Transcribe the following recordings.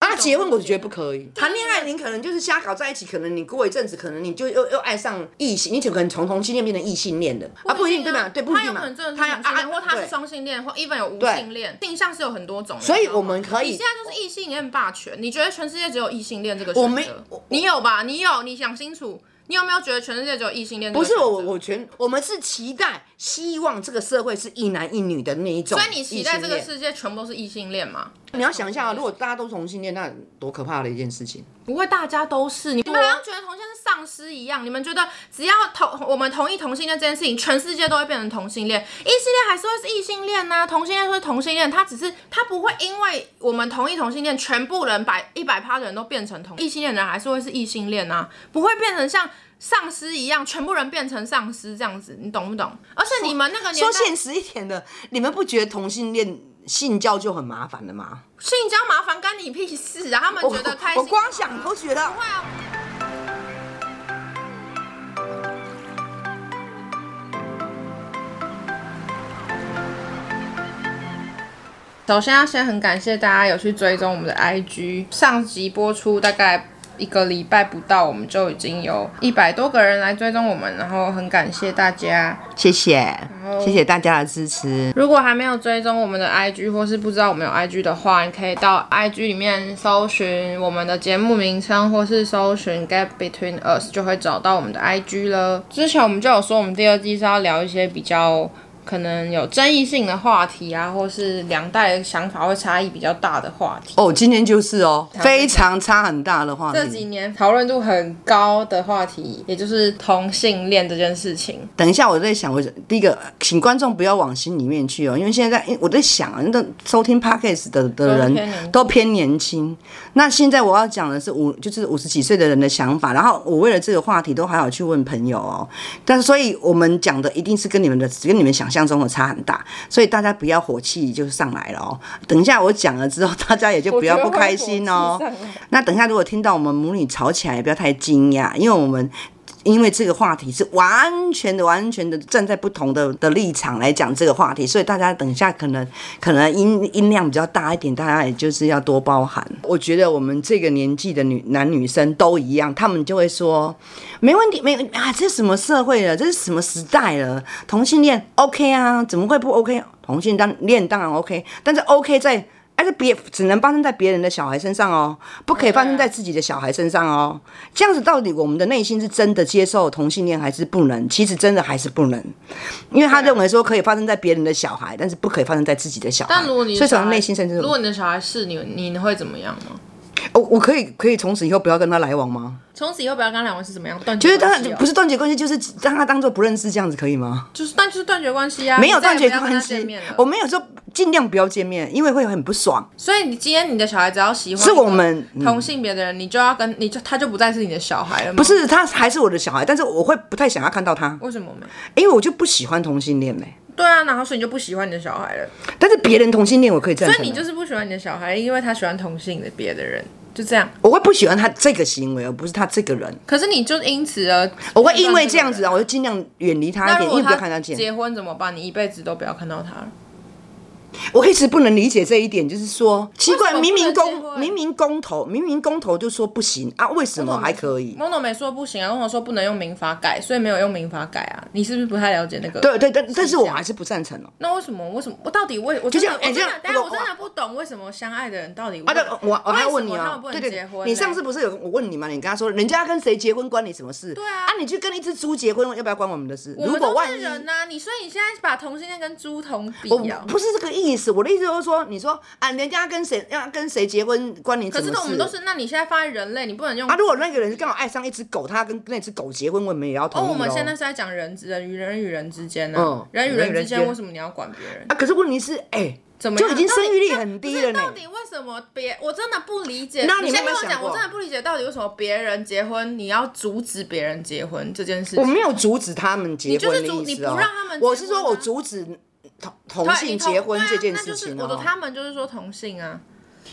啊结婚我就觉得不可以。谈恋爱，你可能就是瞎搞在一起，可能你过一阵子，可能你就又又爱上异性，你可能从同性恋变成异性恋了啊，不一定对吧？对，不一他定有嘛可能真的。是要啊同性恋，或他对是双性恋，或 even 有无对性恋，性向是有很多种的。所以你知道吗我们可以你现在就是异性恋霸权，你觉得全世界只有异性恋这个我选没择我我？你有吧？你有，你想清楚，你有没有觉得全世界只有异性恋？不是我，我。全我们是期待、希望这个社会是一男一女的那一种异性所以恋。你期待这个世界全部都是异性恋吗？你要想一下啊，如果大家都同性恋，那多可怕的一件事情！不会，大家都是你们好像觉得同性恋是丧尸一样，你们觉得只要同我们同意同性恋这件事情，全世界都会变成同性恋，异性恋还是会是异性恋呐、同性恋会是同性恋，它只是它不会因为我们同意同性恋，全部人百一百趴的人都变成同异性恋的人，还是会是异性恋呐、不会变成像。丧尸一样，全部人变成丧尸这样子，你懂不懂？而且你们那个年说代，现实一点的，你们不觉得同性恋性交就很麻烦了吗？性交麻烦干你屁事啊！他们我觉得开我心，光想都觉得会啊。首先要先很感谢大家有去追踪我们的 IG，上集播出大概一个礼拜不到，我们就已经有一百多个人来追踪我们，然后很感谢大家。谢谢，谢谢大家的支持。如果还没有追踪我们的 IG，或是不知道我们有 IG 的话，你可以到 IG 里面搜寻我们的节目名称，或是搜寻 Gap Between Us，就会找到我们的 IG 了。之前我们就有说，我们第二季是要聊一些比较可能有争议性的话题啊，或是两代的想法会差异比较大的话题。哦，今天就是哦，非常差很大的话这几题。年讨论度很高的话题，也就是同性恋这件事情。等一下，我在想，我第一个，请观众不要往心里面去哦，因为现在因为我在想啊，那收听 podcast 的的都偏年人轻都偏年轻。那现在我要讲的是五，就是五十几岁的人的想法。然后我为了这个话题，都还好去问朋友哦。但所以我们讲的一定是跟你们的，跟你们想象中的差很大。所以大家不要火气就上来了哦。等一下我讲了之后，大家也就不要不开心哦。啊那等一下，如果听到我们母女吵起来，也不要太惊讶，因为我们因为这个话题是完全的、完全的站在不同的的立场来讲这个话题，所以大家等一下可能可能音音量比较大一点，大家也就是要多包涵。我觉得我们这个年纪的女男女生都一样，他们就会说没问题，没有啊，这是什么社会了？这是什么时代了？同性恋 OK 啊，怎么会不 OK？同性当恋当然 OK，但是 OK 在。但是别只能发生在别人的小孩身上哦，不可以发生在自己的小孩身上哦。这样子到底我们的内心是真的接受同性恋还是不能？其实真的还是不能，因为他认为说可以发生在别人的小孩，但是不可以发生在自己的小孩。但如果你的所以小从孩内心甚至如果你的小孩是你，你会怎么样吗？哦我我可以可以从此以后不要跟他来往吗？从此以后不要跟他聊完是怎么样断绝就是关他系哦，不是断绝关系，就是让他当做不认识这样子可以吗？就是但就是断绝关系啊，没有你再断也绝不要跟他关见系面，了我没有说尽量不要见面，因为会很不爽。所以你今天你的小孩只要喜欢是一个我们嗯同性别的人，你就要跟你就他就不再是你的小孩了吗？不，是他还是我的小孩，但是我会不太想要看到他，为什么没？因为我就不喜欢同性恋嘞、对啊，然后所以你就不喜欢你的小孩了，但是别人同性恋我可以赞所成啊，以你就是不喜欢你的小孩，因为他喜欢同性的别的人，就这样。我会不喜欢他这个行为，而不是他这个人。可是你就因此而我会因为这样子啊，我就尽量远离他一那点，如因为果不要看他见。结婚怎么办？你一辈子都不要看到他了。我一直不能理解这一点，就是说奇为什怪，么明明不能结公婚明明公投，明明公投就说不行啊，为什么还可以？ Mono 没说不行啊，Mono 说不能用民法改，所以没有用民法改啊。你是不是不太了解那个？对对，但但是我还是不赞成哦。那为什么？为什么？我到底为我就真这的样哎我真这样的，但是我我真的不懂为什么相爱的人到底为啊，对，我我还要问你为什么他们哦不，对对能结婚，呢你上次不是有我问你吗？你跟他说人家跟谁结婚关你什么事？对啊啊你去跟一只猪结婚，要不要关我们的事？我如们果都万是一人啊呐、你所以你现在把同性恋跟猪同比我啊、不是这个意思，我的意思就是说，你说啊，人家跟谁要跟谁结婚关你什可么是事？我们都是，那你现在放在人类，你不能用啊，如果那个人刚好爱上一只狗，他跟那只狗结婚，我们也要同哦，意、哦。我们现在是在讲人之人与人与人之间呢、啊嗯人与人人与人之之间间为什么你要管别人？啊，可是问题是，哎、怎么就样已经到底生育率很低了呢不是到底为什么别？我真的不理解。那你先有没跟有我想讲，过我真的不理解到底为什么别人结婚你要阻止别人结婚这件事情。我没有阻止他们结婚的意思、哦、你就是阻你不让他们结婚啊我是说我阻止同同对性你同结婚对啊这件事情、那哦就是我的他们就是说同性啊，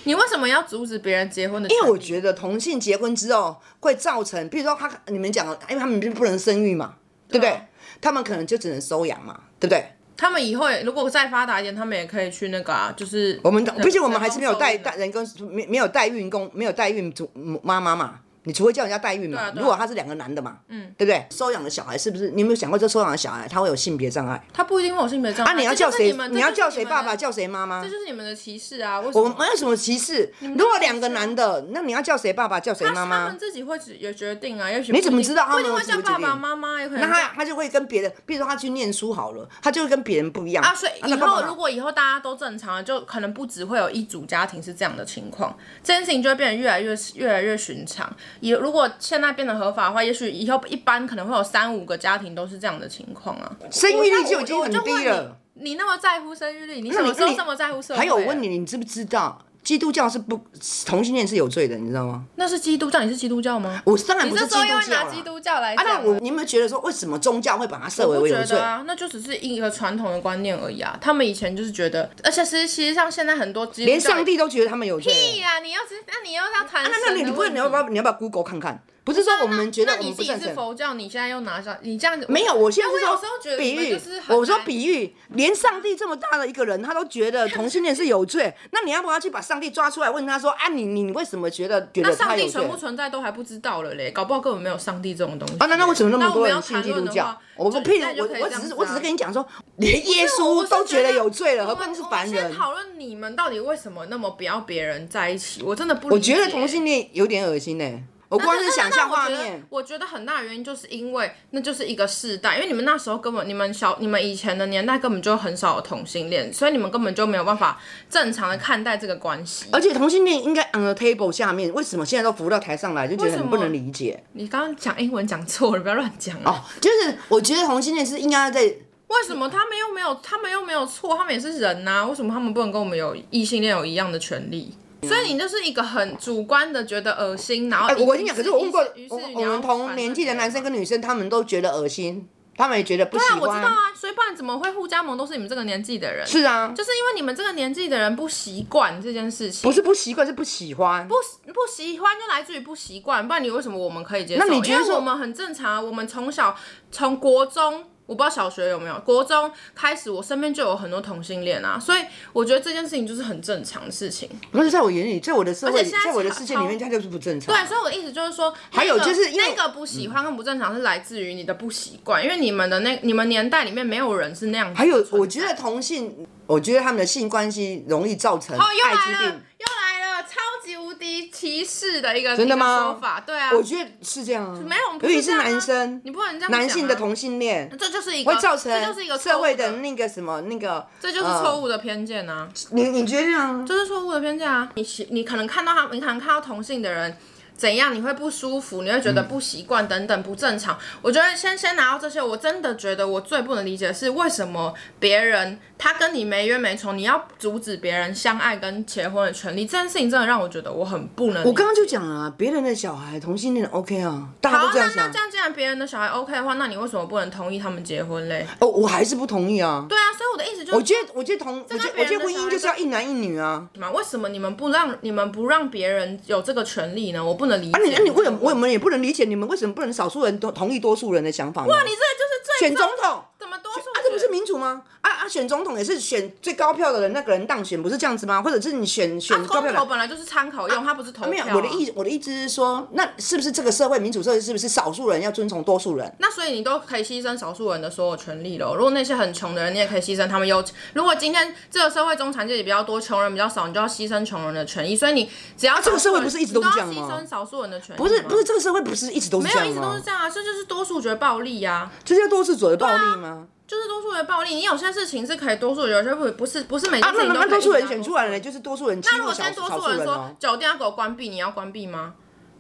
你为什么要阻止别人结婚的权利？因为我觉得同性结婚之后会造成，比如说他啊你们讲，因为他们不能生育嘛，对不对？他们可能就只能收养嘛，对不对？他们以后也如果再发达一点，他们也可以去那个啊，就是我们人毕竟我们还是没有代人工代人工没没有代孕工，没有代孕主妈妈嘛。你除非叫人家代孕嘛，对啊对啊如果他是两个男的嘛，嗯，对不对？收养的小孩是不是？你有没有想过，这收养的小孩他会有性别障碍？他不一定会有性别障碍。啊，你要这叫就是谁？你们你要叫谁爸？爸？这就是叫谁妈妈们这？就是你们的歧视啊！为什我们么？没有什么歧视。如果两个男的，那你要叫谁爸爸？叫谁他妈啊他妈们？自己会只有决定啊，也许你怎么知道他不们一定会怎么叫决定爸爸妈妈，有可能那他叫他就会跟别人，比如说他去念书好了，他就会跟别人不一样啊，所以以那爸爸后如果以后大家都正常了，就可能不只会有一组家庭是这样的情况，这件事情就会变得越来越越来越寻常。以如果现在变得合法的话，也许以后一般可能会有三五个家庭都是这样的情况啊。生育率就已经我很就低问了。你，你那么在乎生育率，你什那你么时候你这么在乎社会？还有我问，你，你知不知道基督教是不同性恋是有罪的，你知道吗？那是基督教，你是基督教吗？我当然嗯你不是这基督时候教又会拿基啦。督教来啊，讲那啊？我你们觉得说，为什么宗教会把它设为我为觉有罪得？啊，那就只是一个传统的观念而已啊。他们以前就是觉得，而且其实其实像现在很多基督连教上帝都觉得他们有罪。对呀，你要知，那你又要谈啊神的那问那你题、啊你不会你要不要你要不要 Google 看看？不是说我们觉得那我你们自不己赞是成。佛教，你现在又拿上你这样子，没有，我现在但我是有时候觉说得比你们喻，就是很我说难比喻，连上帝这么大的一个人，他都觉 得同性恋是有罪，那你要不要去把上帝抓出来，问他说啊，你你为什么觉得觉那得上他帝有罪啊存？不存在都还不知道了嘞，搞不好根本没有上帝这种东西啊，那那为什么那么多人信信基督教？我不屁，我我只是我只是跟你讲说，连耶啊稣我是都觉觉得得有罪了，何我况们是凡我们人先？讨论你们到底为什么那么不要别人在一起，我真的不理解。我觉得同性恋有点恶心呢、欸我那光是那想那象我画觉得面。我觉得很大的原因就是因为那就是一个世代，因为你们那时候根本你们小你们以前的年代根本就很少有同性恋，所以你们根本就没有办法正常的看待这个关系。而且同性恋应该 on the table 下面，为什么现在都浮到台上来，就觉为得什很么不能理解你刚刚讲英文讲错了，不要乱讲啊！哦？就是我觉得同性恋是应该在为什么他们又没有他们又没有错，他们也是人啊呐、为什么他们不能跟我们有异性恋有一样的权利？所以你就是一个很主观的觉得恶心，然后嗯哎、我跟于你讲，可啊于是我问过于，是我你我要们反同年对纪的别男人生跟女生，他们都觉得恶心，他们也觉得不喜对啊，欢。我知道啊，所以不然怎么会互加盟都是你们这个年纪的人？是啊，就是因为你们这个年纪的人不习惯这件事情，不是不习惯，是不喜欢。不不喜欢就来自于不习惯，不然你为什么我们可以接受？那你觉得因为说我们很正常啊，我们从小从国中。我不知道小学有没有，国中开始，我身边就有很多同性恋啊，所以我觉得这件事情就是很正常的事情。不是在我眼里，在我的社而会且里，现在在我的超世界里面，他就是不正常。对，啊所以我的意思就是说，还有那个就是因为那个不喜欢跟不正常是来自于你的不习惯，因为你们的那你们年代里面没有人是那样子的还有存，在。我觉得同性，我觉得他们的性关系容易造成哦，又艾滋来了病。，又来了，超级无敌歧视的一个真的吗一个说法，对啊，我觉得是这样啊，没有，不尤其这样啊男生，你不能这样、啊，男性的，同性恋这就是一个会造成这就是一个社会错误的，那嗯个什么那个，呃这就是错误的偏见啊，你你觉得啊？这是错误的偏见啊，你喜你可能看到他，你可能看到同性的人。怎样你会不舒服？你会觉得嗯不习惯等等不正常。我觉得先先拿到这些，我真的觉得我最不能理解的是为什么别人他跟你没冤没仇，你要阻止别人相爱跟结婚的权利，这件事情真的让我觉得我很不能理解。我刚刚就讲了啊，别人的小孩同性恋 OK 啊，大家好，都这那样那想这。样，既然别人的小孩 OK 的话，那你为什么不能同意他们结婚嘞？哦，我还是不同意啊。对啊，所以我的意思就是，我觉得，我觉得同，我跟觉得我别人觉得的婚姻就是要一男一女啊。嘛，为什么你们不让你们不让别人有这个权利呢？我不能理解。啊你，那你为什么我们也不能理解你们为什么不能少数人都同意多数人的想法呢？哇，你这就是最选总统啊，怎么多数决？这不是民主吗？啊啊，选总统也是选最高票的人那个人当选，不是这样子吗？或者是你选选啊高公票投的。本来就是参考用，它不是投没票有啊。，我的意我的意思是说，那是不是这个社会民主社会是不是少数人要遵从多数人？那所以你都可以牺牲少数人的所有权利了。如果那些很穷的人，你也可以牺牲他们有。如果今天这个社会中产阶级比较多，穷人比较少，你就要牺牲穷人的权益。所以你只要、啊这个社会不是一直都是这样吗你都要牺牲少数人的权益吗？不是不是，这个社会不是一直都是没这有样一直都是吗？这样啊，这就是多数决暴力呀、这叫多数左的暴力吗？就是多数决暴力。你有些事情是可以多数决，有些不不是不是每啊件，事那情那都那可以多数人一直选出拿来了，就是多数人欺那如负果少今天多少数数人人说哦。酒店要给我关闭，你要关闭吗？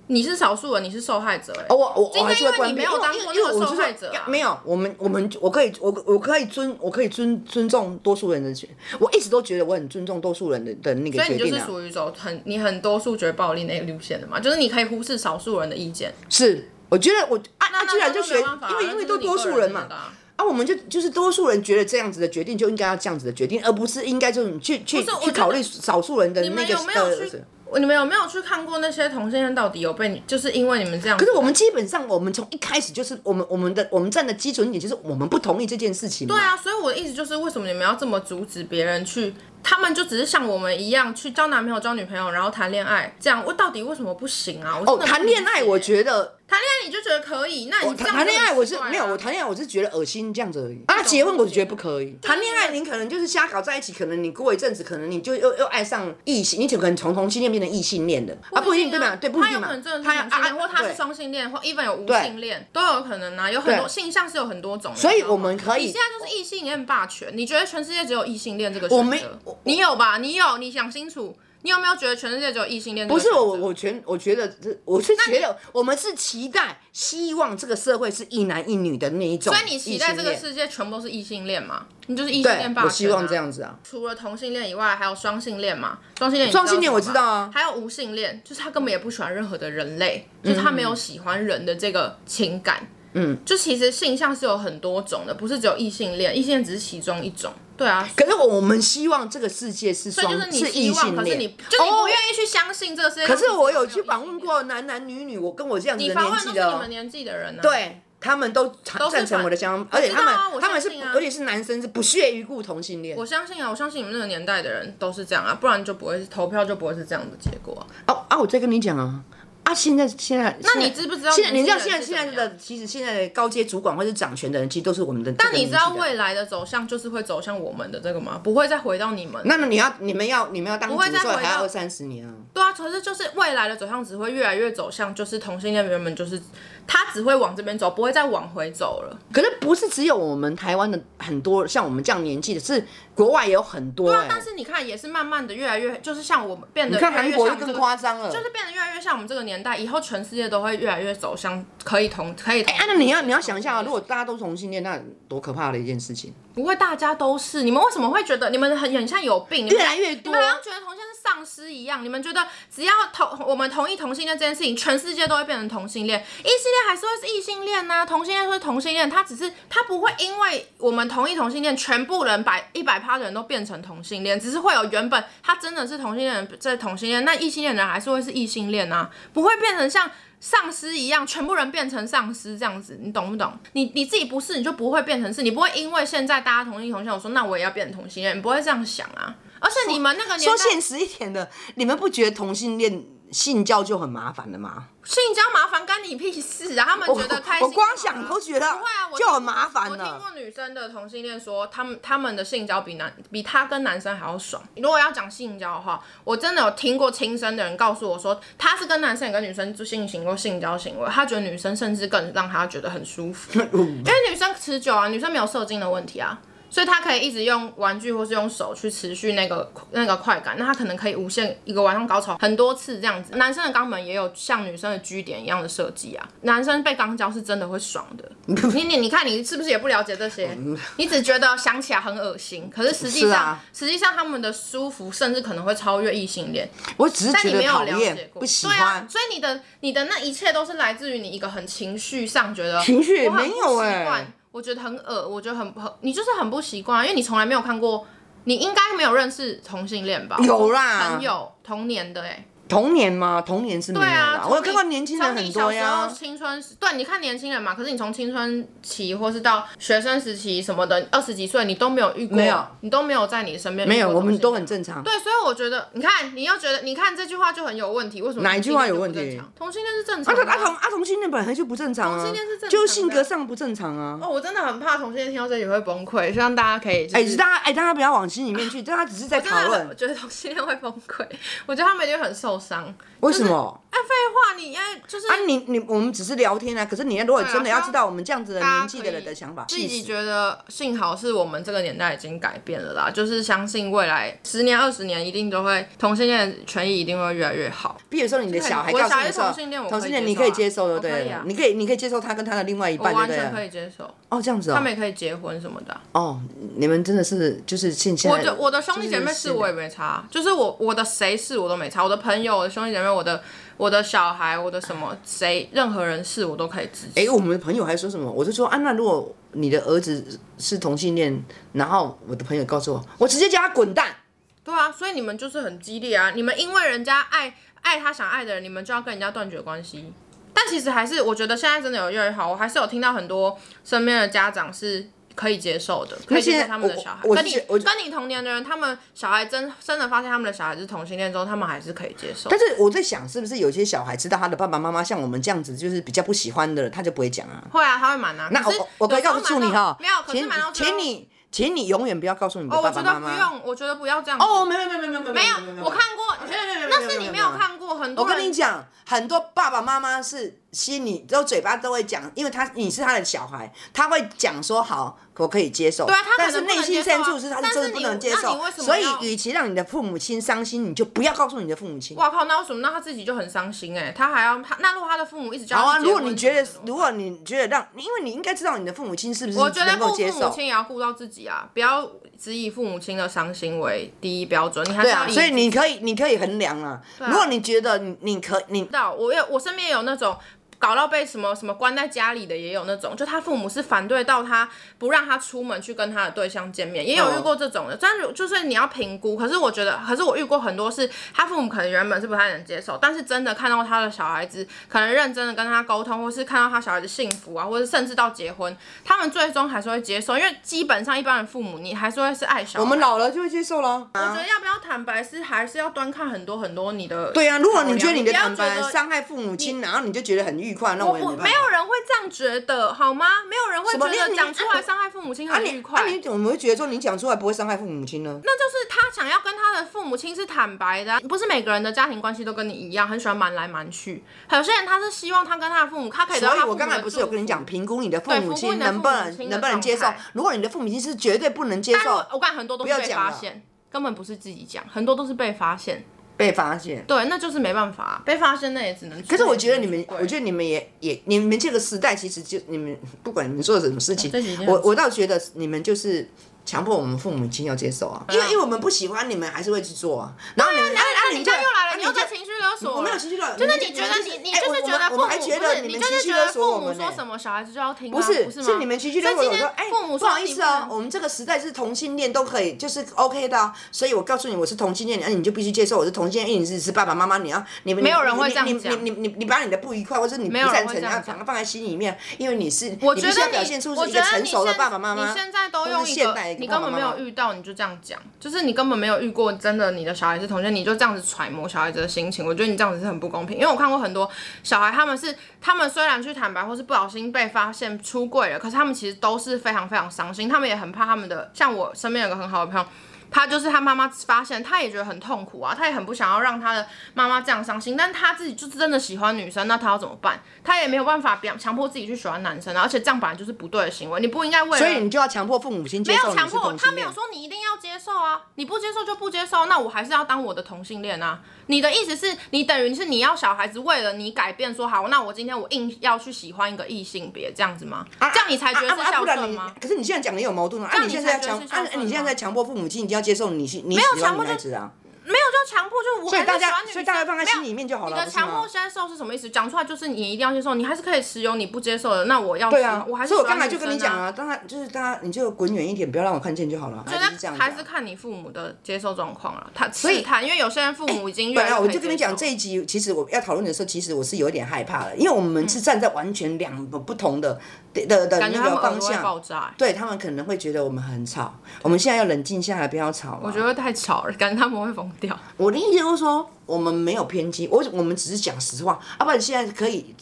你是少数人，你是受害者、欸。哦，我我今我还天是因会为关你闭，没因有为当因过为那因为个我受是害说者啊没有，我们我们我可以我我可以尊我可以尊尊重多数人的权，我一直都觉得我很尊重多数人的的那个所以决你就定是啊，属于走很你很多数决暴力那个路线的嘛，就是你可以忽视少数人的意见。是。我觉得我啊，那那居然就那学，没办法啊因为因为那都是你多个数人的嘛，啊啊，我们就就是多数人觉得这样子的决定就应该要这样子的决定，而不是应该这种去去不是我去觉得考虑少数人的你那们个有没有去的你们有没有去看过那些同性恋到底有被你，就是因为你们这样？可是我们基本上，我们从一开始就是我们我们的我们站的基准点就是我们不同意这件事情嘛。对啊，所以我的意思就是，为什么你们要这么阻止别人去？他们就只是像我们一样去交男朋友、交女朋友，然后谈恋爱，这样我到底为什么不行啊？我真哦，的不谈恋爱理解我觉得，谈恋爱你就觉得可以，那我你这谈哦样谈恋爱我是就很奇怪啊没有，我谈恋爱我是觉得恶心这样子而已。啊，结婚我是觉得不可以。啊谈恋爱你可能就是瞎搞在一起，可能你过一阵子，可能你就又又爱上异性，你可能从同性恋变成异性恋的啊，不一定对吧？对，不一他有定可嘛啊能真的。是要同性恋，或他对是双性恋，或 even 有无啊对性恋都有可能啊，有很多对性向是有很多种的。所以你知道吗我们可以你现在就是异性恋霸权，你觉得全世界只有异性恋这个我选没择我？你有吧？你有，你想清楚，你有没有觉得全世界只有异性恋？不是我，我。我全我觉得这，我是觉得我们是期待、希望这个社会是一男一女的那一种异所性恋。以你期待这个世界全部都是异性恋嘛？你就是异性恋对，霸权、啊。我希望这。样子啊。除了同性恋以外，还有双性恋嘛？双性恋你双性恋什么我知道啊吧还有无性恋，就是他根本也不喜欢任何的人类，就是他没有喜欢人的这个情感。嗯，就其实性向是有很多种的，不是只有异性恋，异性恋只是其中一种。对啊，可是我我们希望这个世界是所以就双是你希异望，性可是恋你，就你不哦愿意去相信这个世界。可是我有去访问，过男男女女，我跟我这样子你的访年问纪都是的你哦们，年纪的人呢、啊。对他们都都是赞成我的想法，而且我他知道们啊我他们是相信啊而且是男生是不屑于顾同性恋我。相信啊，我相信你们那个年代的人都是这样啊，不然就不会投票就不会是这样的结果啊、哦啊，我再跟你讲啊。啊！现在现在，那你现在知不知道现在你知道年现轻在现在人是怎么样的，其实现在的高阶主管或是掌权的人，其实都是我们的。但你知道为未来的走向就是会走向我们的这个吗？不会再回到你们。那么你要你们要你们要当主会再帅回还要到二三十年啊？对啊，可是就是未来的走向只会越来越走向，就是同性恋原本就是他只会往这边走，不会再往回走了。可是不是只有我们台湾的很多像我们这样年纪的，是国外也有很多对啊哎、，但是你看也是慢慢的越来越，就是像我们变得你看越来韩越国就像这更个夸张了。就是变得越来越像我们这个年代，以后全世界都会越来越走向可以同可以同。哎、那你要你要想一下、啊，如果大家都同性恋，那多可怕的一件事情！不会大家都是，你们为什么会觉得你们很很像有病？你们越来越你多们，好像觉得同性恋是丧尸一样，你们觉得只要同我们同意同性恋这件事情，全世界都会变成同性恋，异性恋还是会是异性恋呐、同性恋会是同性恋，它只是它不会因为我们同意同性恋，全部人百一百趴的人都变成同性恋，只是会有原本他真的是同性恋人在同性恋，那异性恋人还是会是异性恋呐、不会变成像。丧尸一样，全部人变成丧尸这样子，你懂不懂？你你自己不是，你就不会变成是，你不会因为现在大家同意同性恋，我说那我也要变成同性恋，你不会这样想啊。而且你们啊那个年代，说现实一点的，你们不觉得同性恋性交就很麻烦了吗？性交麻烦干你屁事啊！他们我觉得开心就好啊、我光想都觉得不会啊，我就很麻烦我听了。过女生的同性恋说，他们他们的性交比男比他跟男生还要爽。如果要讲性交的话，我真的有听过亲身的人告诉我说，他是跟男生也跟女生就进行过性交行为，他觉得女生甚至更让他觉得很舒服。 嗯因为女生持久啊，女生没有射精的问题啊，所以她可以一直用玩具或是用手去持续那个那个快感，那她可能可以无限一个晚上高潮很多次这样子。男生的肛门也有像女生的 G 点一样的设计啊，男生被肛交是真的会爽的。你你你看你是不是也不了解这些？你只觉得想起来很恶心，可是实际是上、啊实际上他们的舒服甚至可能会超越异性恋。我只是但觉你得没有讨了解厌，过，不喜对啊欢，。所以你的你的那一切都是来自于你一个很情绪上觉得情绪我很不没有习欸惯我觉得很恶，我觉得很很你就是很不习惯，因为你从来没有看过，你应该没有认识同性恋吧？有啦朋友童年的哎、欸，童年吗？童年是没有对啦。啊，我有从看你过年轻人很多从你小时呀候。青春时对，你看年轻人嘛，可是你从青春期或是到学生时期什么的，二十几岁你都没有遇过，没有，你都没有在你身边遇过没有，我同们性都恋很正常。对，所以我觉得，你看，你又觉得，你看这句话就很有问题，为什么哪一句话有问题同性恋就不正啊，常？同性恋是正常的他啊、啊同啊同性恋本来就不正常啊，同性恋是正常的就是性格上不正常啊。哦，我真的很怕同性恋听到这里会崩溃，希望大家可以、就是，哎、大家哎、大家不要往心里面去，大家只是在真讨的啊很，我论觉得同性恋会崩溃，我觉得他们一定会很受伤。为什么、哎，废话，你哎，就是、啊？你你我们只是聊天啊，可是你如果对啊真的要希望知道我们这样子的大家年纪的可人以的想法，自气己死觉得幸好是我们这个年代已经改变了啦，就是相信未来十年、二十年一定都会同性恋权益一定会越来越好。比如说你的小孩我告诉小你孩的时候，同性恋我可以同性恋接你受可以啊接受的，我可对以啊，你可以你可以接受他跟他的另外一我半，完啊对全不可对？以接受，哦，这样子他哦们，也可以结婚什么的啊、哦，你们真的是就是现现我在的我的兄弟姐妹就是是我也没差，就是我我的谁是我都没差，我的朋友、我的兄弟姐妹、我的我的小孩、我的什么谁任何人是我都可以支持。哎、我们的朋友还说什么？我就说啊，那如果你的儿子是同性恋，然后我的朋友告诉我，我直接叫他滚蛋。对啊，所以你们就是很激烈啊！你们因为人家爱爱他想爱的人，你们就要跟人家断绝关系。但其实还是，我觉得现在真的有越来越好，我还是有听到很多身边的家长是可以接受的，可以接受他们的小孩。我我跟你是我跟你同年的人，他们小孩真真的发现他们的小孩是同性恋之后，他们还是可以接受但。是我在想，是不是有些小孩知道他的爸爸妈妈像我们这样子，就是比较不喜欢的人，他就不会讲啊？会啊，他会瞒啊。那可是我我可以有时候告诉你瞒到哈，没有，可是请瞒到最后请你，请你永远不要告诉你的哦，我爸觉爸妈得不妈。用，我觉得不要这样。哦，没有没有没有没有没有，我看过，没有没有没有那是没你有没没有有看过，很我多跟你人讲，很多爸爸妈妈是心里都嘴巴都会讲，因为他你是他的小孩，他会讲说好，我可以接受。对啊他可但能是不能内心接受啊深处是他但是真是的不你能接那受你为。什么所以要，与其让你的父母亲伤心，你就不要告诉你的父母亲。哇靠，那为什么那他自己就很伤心哎、他还要他那如果他的父母一直叫好啊，他去结如婚果你觉得什么，的如果你觉得让，因为你应该知道你的父母亲是不是我觉得能够顾接父母受。亲也要顾到自己啊，不要只以父母亲的伤心为第一标准，你还是对要啊，以所以自你可以，你可以衡量啊。如果你觉得你你可你知道，我有我身边有那种搞到被什么什么关在家里的，也有那种，就他父母是反对到他不让他出门去跟他的对象见面，也有嗯遇过这种的。但是就是你要评估，可是我觉得，可是我遇过很多是他父母可能原本是不太能接受，但是真的看到他的小孩子可能认真的跟他沟通，或是看到他小孩子幸福啊，或者甚至到结婚，他们最终还是会接受，因为基本上一般的父母你还是会是爱小孩。我们老了就会接受啊了。我觉得要不要坦白是还是要端看很多很多你的对啊，如果考你觉得量你的不要坦白觉得伤害父母亲，然后你就觉得很愉快，那我也不没办法。没有人会这样觉得，好吗？没有人会什么觉你得你讲出来伤害父母亲啊很你愉快。啊你怎么会觉得说你讲出来不会伤害父母亲呢？那就是他想要跟他的父母亲是坦白的啊、不是每个人的家庭关系都跟你一样，很喜欢瞒来瞒去。有些人他是希望他跟他的父母，他可以得到所以他父我母的刚才不是祝有跟你福讲，评估你的父对母评估亲你的能不父母能亲的能不能接受状态。如果你的父母亲是绝对不能接但是受我我看很多都不是要被讲发了现，根本不是自己讲，很多都是被发现。被发现，对，那就是没办法啊、被发现那也只能。可是我觉得你们，我得觉得你们也也你们这个时代其实就你们不管你们做什么事情这集已经，很我我倒觉得你们就是。强迫我们父母亲要接受啊，因为因为我们不喜欢你们，还是会去做啊。然后你们，啊啊那你你就就又来啊了，你又在情绪勒索了。我没有情绪勒索，就是们你觉得你你哎就是我觉得我父们母还觉不得是你你们就情是绪觉勒得索父我母们说呢什么小孩子就要听啊，不是，是是吗你们情绪所勒以索今我说，天哎、父母不说好你意思哦，不能我们这个时代是同性恋都可以，就是 OK 的、啊，所以我告诉你我是同性恋，啊那、你就必须接受我是同性恋，因为你是是爸爸妈妈，你要你们没有人会你这样你你讲你你你你把你的不愉快或者你不有人赞会成，这样要讲放放在心里面，因为你是我你觉必得须要你，表现出我是一觉个得成你熟的现爸爸妈妈，你现在都或用是一现代个的你爸根爸本妈没妈有遇到，你就这样讲，就是你根本没有遇过真的你的小孩子同学，你就这样子揣摩小孩子的心情。我觉得你这样子是很不公平，因为我看过很多小孩，他们是他们虽然去坦白或是不小心被发现出柜了，可是他们其实都是非常非常伤心，他们也很怕他们的。像我身边有个很好的朋友。他就是他妈妈发现，他也觉得很痛苦啊，他也很不想要让他的妈妈这样伤心，但他自己就是真的喜欢女生，那他要怎么办？他也没有办法表强迫自己去喜欢男生啊，而且这样本来就是不对的行为，你不应该为了所以你就要强迫父母亲接没受有你强是迫，同他性没恋有。说你一定要接受啊，你不接受就不接受，那我还是要当我的同性恋啊。你的意思是你等于是你要小孩子为了你改变说好，那我今天我硬要去喜欢一个异性别这样子吗？这样你才觉得啊是啊啊孝不然顺你吗？可是你现在讲的也有矛盾啊！啊，样你你现才在要觉得强是，啊孝，顺你现在吗在强迫父母亲一定要接受你喜你喜强欢迫女孩就子啊！没有，就强迫，就我所以还大是喜家欢女生。啊所以大家放在心里没有面就好了你不的是吗强迫接受是什么意思？讲出来就是你一定要接受，你还是可以持有你不接受的。那我要对喜啊欢，我还是所以我喜欢刚才就跟你女生讲啊，啊，当然就是大家你就滚远一点，不要让我看见就好了。觉还是这得样子啊还是看你父母的接受状况了。他所以试探，因为有些人父母已经越本来来越啊我可以就跟你讲接这一集，其实我要讨论的时候，其实我是有点害怕的，因为我们是站在完全两个不同的的的的受感觉那他个们耳方朵会向爆，炸、欸对他们可能会觉得我们很吵。我们现在要冷静下来，不要吵啊了。我觉得太吵了，感觉他们会疯掉。我的意思就是说，我们没有偏激，我我们只是讲实话，啊要、不然现在可以。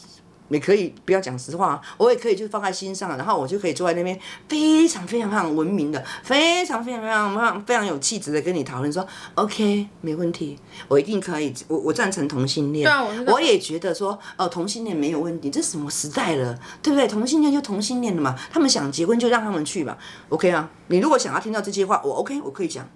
也可以不要讲实话，啊我也可以就放在心上，然后我就可以坐在那边非常非常非常文明的，非常非常非常非常非常有气质的跟你讨论说，OK，没问题，我一定可以，我我赞成同性恋，对啊我知道我也觉得说，呃，同性恋没有问题，这什么时代了，对不对？同性恋就同性恋了嘛，他们想结婚就让他们去嘛，OK 啊，你如果想要听到这些话，我 OK，我可以讲。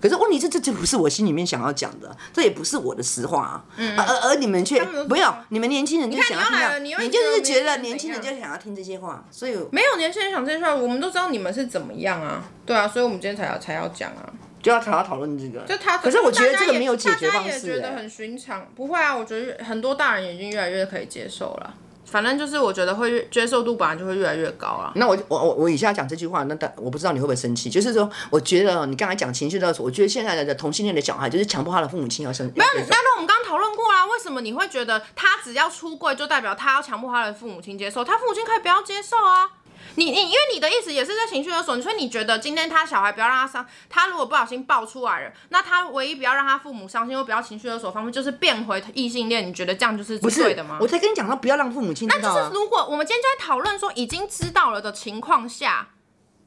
可是问题是，这这不是我心里面想要讲的，这也不是我的实话啊。而而而你们却嗯们都没有，你们年轻人就你想要看听你又到，来了就你又觉得是我觉得们年年轻轻人人就想要听这些话，所以没有年轻人想这些事，我们都知道你们是怎么样啊，对啊，所以我们今天才要才要讲啊。就要好好讨论这个。就他，可是我觉得大家这个也没有解决方大家也式觉得欸。很寻常，不会啊，我觉得很多大人已经越来越可以接受了。反正就是我觉得会越接受度本来就会越来越高啊。那我就我我我以下讲这句话，那但我不知道你会不会生气，就是说，我觉得哦你刚才讲情绪勒索，我觉得现在的同性恋的小孩就是强迫他的父母亲要生，没那那那我们刚刚讨论过啦，啊为什么你会觉得他只要出柜就代表他要强迫他的父母亲接受？他父母亲可以不要接受啊。你你因为你的意思也是在情绪勒索，你说你觉得今天他小孩不要让他伤，他如果不小心爆出来了，那他唯一不要让他父母伤心或不要情绪勒索的方式就是变回异性恋，你觉得这样就是不对是的吗？我才跟你讲到不要让父母亲知道那就是啊，如果我们今天就在讨论说已经知道了的情况下，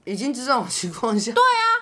已经知道这种情况下，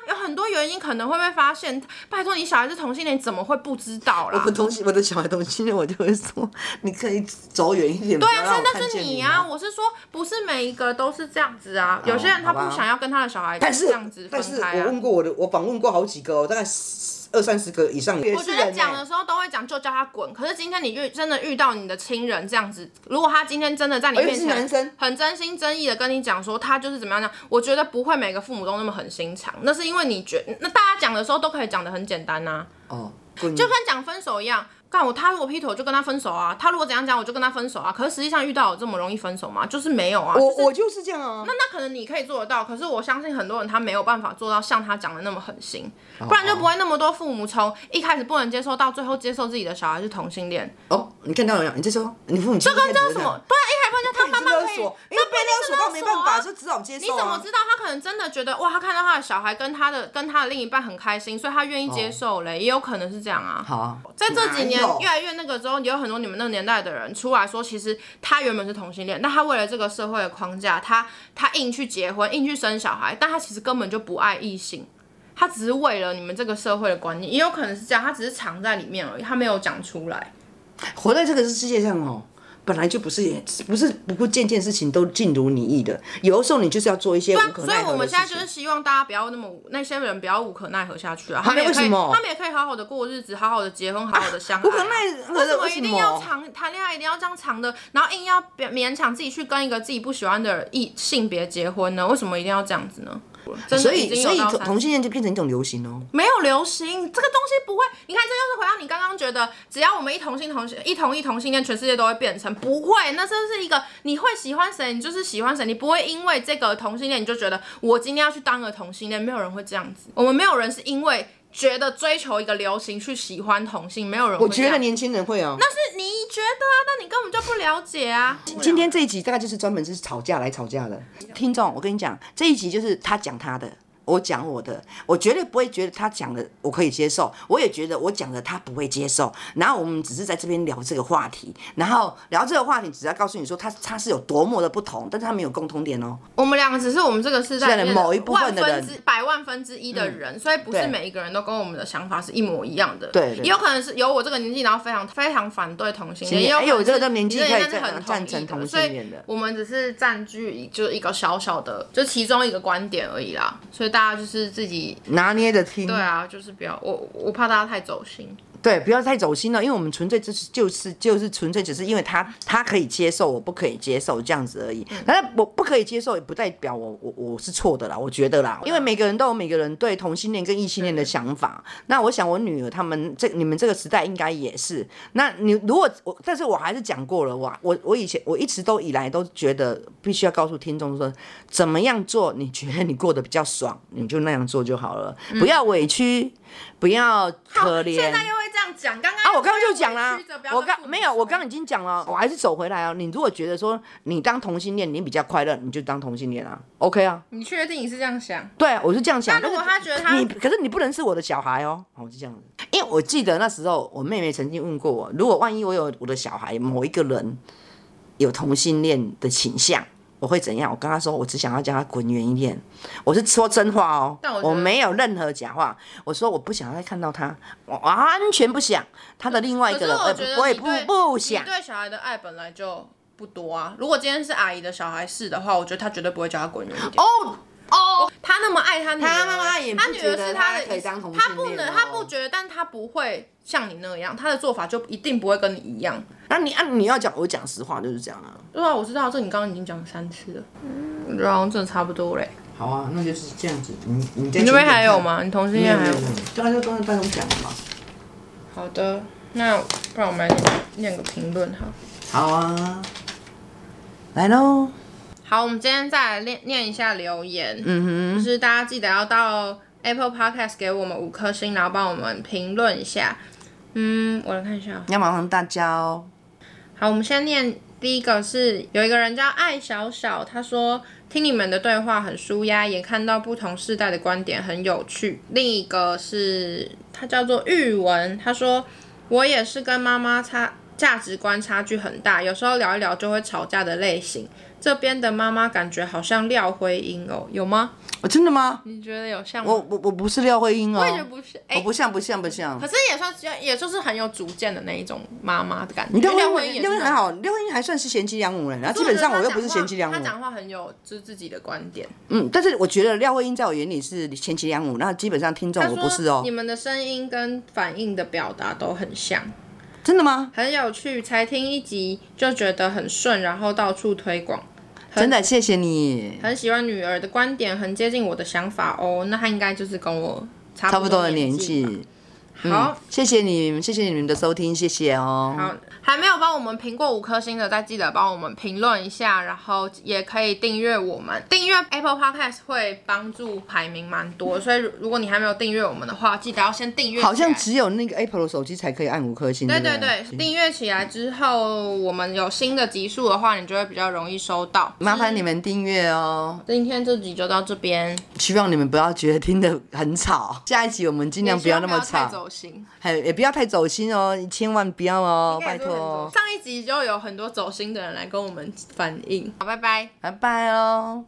有很多原因可能会被发现。拜托，你小孩是同性恋，怎么会不知道啦我？同性我的小孩同性恋，我就会说你可以走远一点，对不要啊，让所以我看那是见你你哦啊！。我是说，不是每一个都是这样子啊。有些人他好吧不想要跟他的小孩但这是样子分但是开我啊。问过我的，我访问过好几个哦，大概十二三十个以上，我我觉得讲的时候都会讲，就叫他滚。可是今天你遇真的遇到你的亲人这样子，如果他今天真的在你而且面是男前生很真心真意的跟你讲说他就是怎么样呢？我觉得不会每个父母都那么狠心肠，那是因为你觉那大家讲的时候都可以讲的很简单呐、啊哦，滚就跟讲分手一样，干我他如果劈腿，我就跟他分手啊；他如果怎样讲，我就跟他分手啊。可是实际上遇到有这么容易分手吗？就是没有啊。我就是我就是这样啊那。那可能你可以做得到，可是我相信很多人他没有办法做到像他讲的那么狠心，哦不然就不会那么多父母从一开始不能接受到最后接受自己的小孩是同性恋，哦，你看到了没有？你这时候你父母亲这跟应该这不会有什样么？对啊，一开始不能那接受你他是妈妈勒可以，索，因为被勒索到没办法，就只好接受、啊你啊。怎么知道他可能真的觉得哇，他看到他的小孩跟他的跟他的另一半很开心，所以他愿意接受嘞，也有可能是这样啊。哦好啊，在这几年哪有越来越那个之后，有很多你们那个年代的人出来说，其实他原本是同性恋，但他为了这个社会的框架，他他硬去结婚，硬去生小孩，但他其实根本就不爱异性，他只是为了你们这个社会的观念，也有可能是这样，他只是藏在里面而已，他没有讲出来。活在这个世界上哦，本来就不是不是不过件件事情都尽如你意的，有的时候你就是要做一些无可啊所以奈何的事情。我们现在就是希望大家不要那么无那些人不要无可奈何下去啊啊，他们也为可什以，么他们也可以好好的过日子，好好的结婚，好好的相爱啊、无可奈何为什的么 为一什定要么？长谈恋爱，一定要这样长的，然后硬要勉勉强自己去跟一个自己不喜欢的异性别结婚呢？为什么一定要这样子呢？真的所已以经所以有到同三同性恋就变成一种流行哦。没有流行这个东西不会，你看这就是回到你刚刚觉得，只要我们一同性同性一同意同性恋，全世界都会变成不会，那真是一个你会喜欢谁，你就是喜欢谁，你不会因为这个同性恋你就觉得我今天要去当个同性恋，没有人会这样子，我们没有人是因为觉得追求一个流行去喜欢同性，没有人会我这觉样得年轻人会哦。但是你觉得啊，但你根本就不了解啊。今天这一集大概就是专门是吵架来吵架的。听众，我跟你讲，这一集就是他讲他的，我讲我的，我绝对不会觉得他讲的我可以接受，我也觉得我讲的他不会接受。然后我们只是在这边聊这个话题，然后聊这个话题，只要告诉你说他他是有多么的不同，但是他没有共通点哦。我们两个只是我们这个世代里面是某一部分的人万分之百万分之一的人，所以不是对每一个人都跟我们的想法是一模一样的。对对也有可能是有我这个年纪，然后非常非常反对同性恋，也行哎有我可这能个是年纪你这可以应该是赞很赞成同同意的所以性恋的我们只是占据就是一个小小的，就其中一个观点而已啦。所以大家就是自己拿捏的听，对啊，就是不要我我怕大家太走心。对，不要太走心了，因为我们纯粹就是就是就是纯粹只是因为他他可以接受，我不可以接受这样子而已。嗯但是我不可以接受，也不代表我我我是错的啦，我觉得嗯啦，因为每个人都有每个人对同性恋跟异性恋的想法。那我想我女儿他们这你们这个时代应该也是。那你如果我，但是我还是讲过了，我我我以前我一直都以来都觉得必须要告诉听众说，怎么样做你觉得你过得比较爽，你就那样做就好了，不要委屈，不要可怜。嗯现在又会这样讲，刚刚啊，啊我刚刚就讲啦，我刚没有，我刚刚刚已经讲了，我还是走回来啊。你如果觉得说你当同性恋你比较快乐，你就当同性恋啊，OK 啊，你确定你是这样想？对我是这样想。那如果但是他觉得他你，可是你不能是我的小孩哦，我是这样子。因为我记得那时候我妹妹曾经问过我，如果万一我有我的小孩某一个人有同性恋的倾向。我会怎样？我跟她说，我只想要叫她滚远一点。我是说真话哦，但我觉得我没有任何假话。我说我不想再看到他，我完全不想他的另外一可个是人，我觉得我也你不对不想你。对小孩的爱本来就不多啊。如果今天是阿姨的小孩是的话，我觉得他绝对不会叫他滚远一点。哦哦，他那么爱他女儿，他妈妈也不他女儿是觉得他的可以当同性他恋哦不能，他不觉得，但他不会像你那样，他的做法就一定不会跟你一样。那你啊，你要讲我讲实话就是这样啊。对啊，我知道，这你刚刚已经讲了三次了，嗯，然后真的差不多嘞。好啊，那就是这样子。你你你那边还有？吗？你同性没恋有还没有有吗？，刚才刚才刚才讲了嘛。好的，那不然我们来念念个评论哈。好啊，来喽，好，我们今天再来念念一下留言。嗯哼，就是大家记得要到 Apple Podcast 给我们五颗星，然后帮我们评论一下。嗯，我来看一下哦。你要麻烦大家哦。好，我们先念第一个是有一个人叫艾小小，他说听你们的对话很舒压，也看到不同世代的观点，很有趣。另一个是他叫做玉文，他说我也是跟妈妈差价值观差距很大，有时候聊一聊就会吵架的类型。这边的妈妈感觉好像廖辉英哦，有吗？我真的吗？你觉得有像我吗？我我不是廖慧英哦，我也觉得不是，哎、我不像不像不像可。是也算是也就是很有主见的那一种妈妈的感觉。你廖廖慧辉英英也廖慧是英那还种好，廖慧英还算是贤妻良母人，然后基本上我又不是贤妻良母他。讲话很有就是自己的观点。嗯，但是我觉得廖慧英在我眼里是贤妻良母，然后基本上听众他我说不是哦你，们的声音跟反应的表达都很像，真的吗？很有趣，才听一集就觉得很顺，然后到处推广。真的谢谢你，很喜欢女儿的观点，很接近我的想法哦。那他应该就是跟我差差不多的年年纪吧。纪。嗯好，谢谢你，谢谢你们的收听，谢谢哦。好，还没有帮我们评过五颗星的，再记得帮我们评论一下，然后也可以订阅我们。订阅 Apple Podcast 会帮助排名蛮多，所以如如果你还没有订阅我们的话，记得要先订阅起来。好像只有那个 Apple 的手机才可以按五颗星，对对嗯对不对，订阅起来之后，我们有新的集数的话，你就会比较容易收到。麻烦你们订阅哦，今天这集就到这边，希望你们不要觉得听得很吵。下一集我们尽量不要那么也希望不要太吵，走心，还也不要太走心哦，千万不要哦，应拜该也不会托很哦走。上一集就有很多走心的人来跟我们反映。好，拜拜。拜拜哦。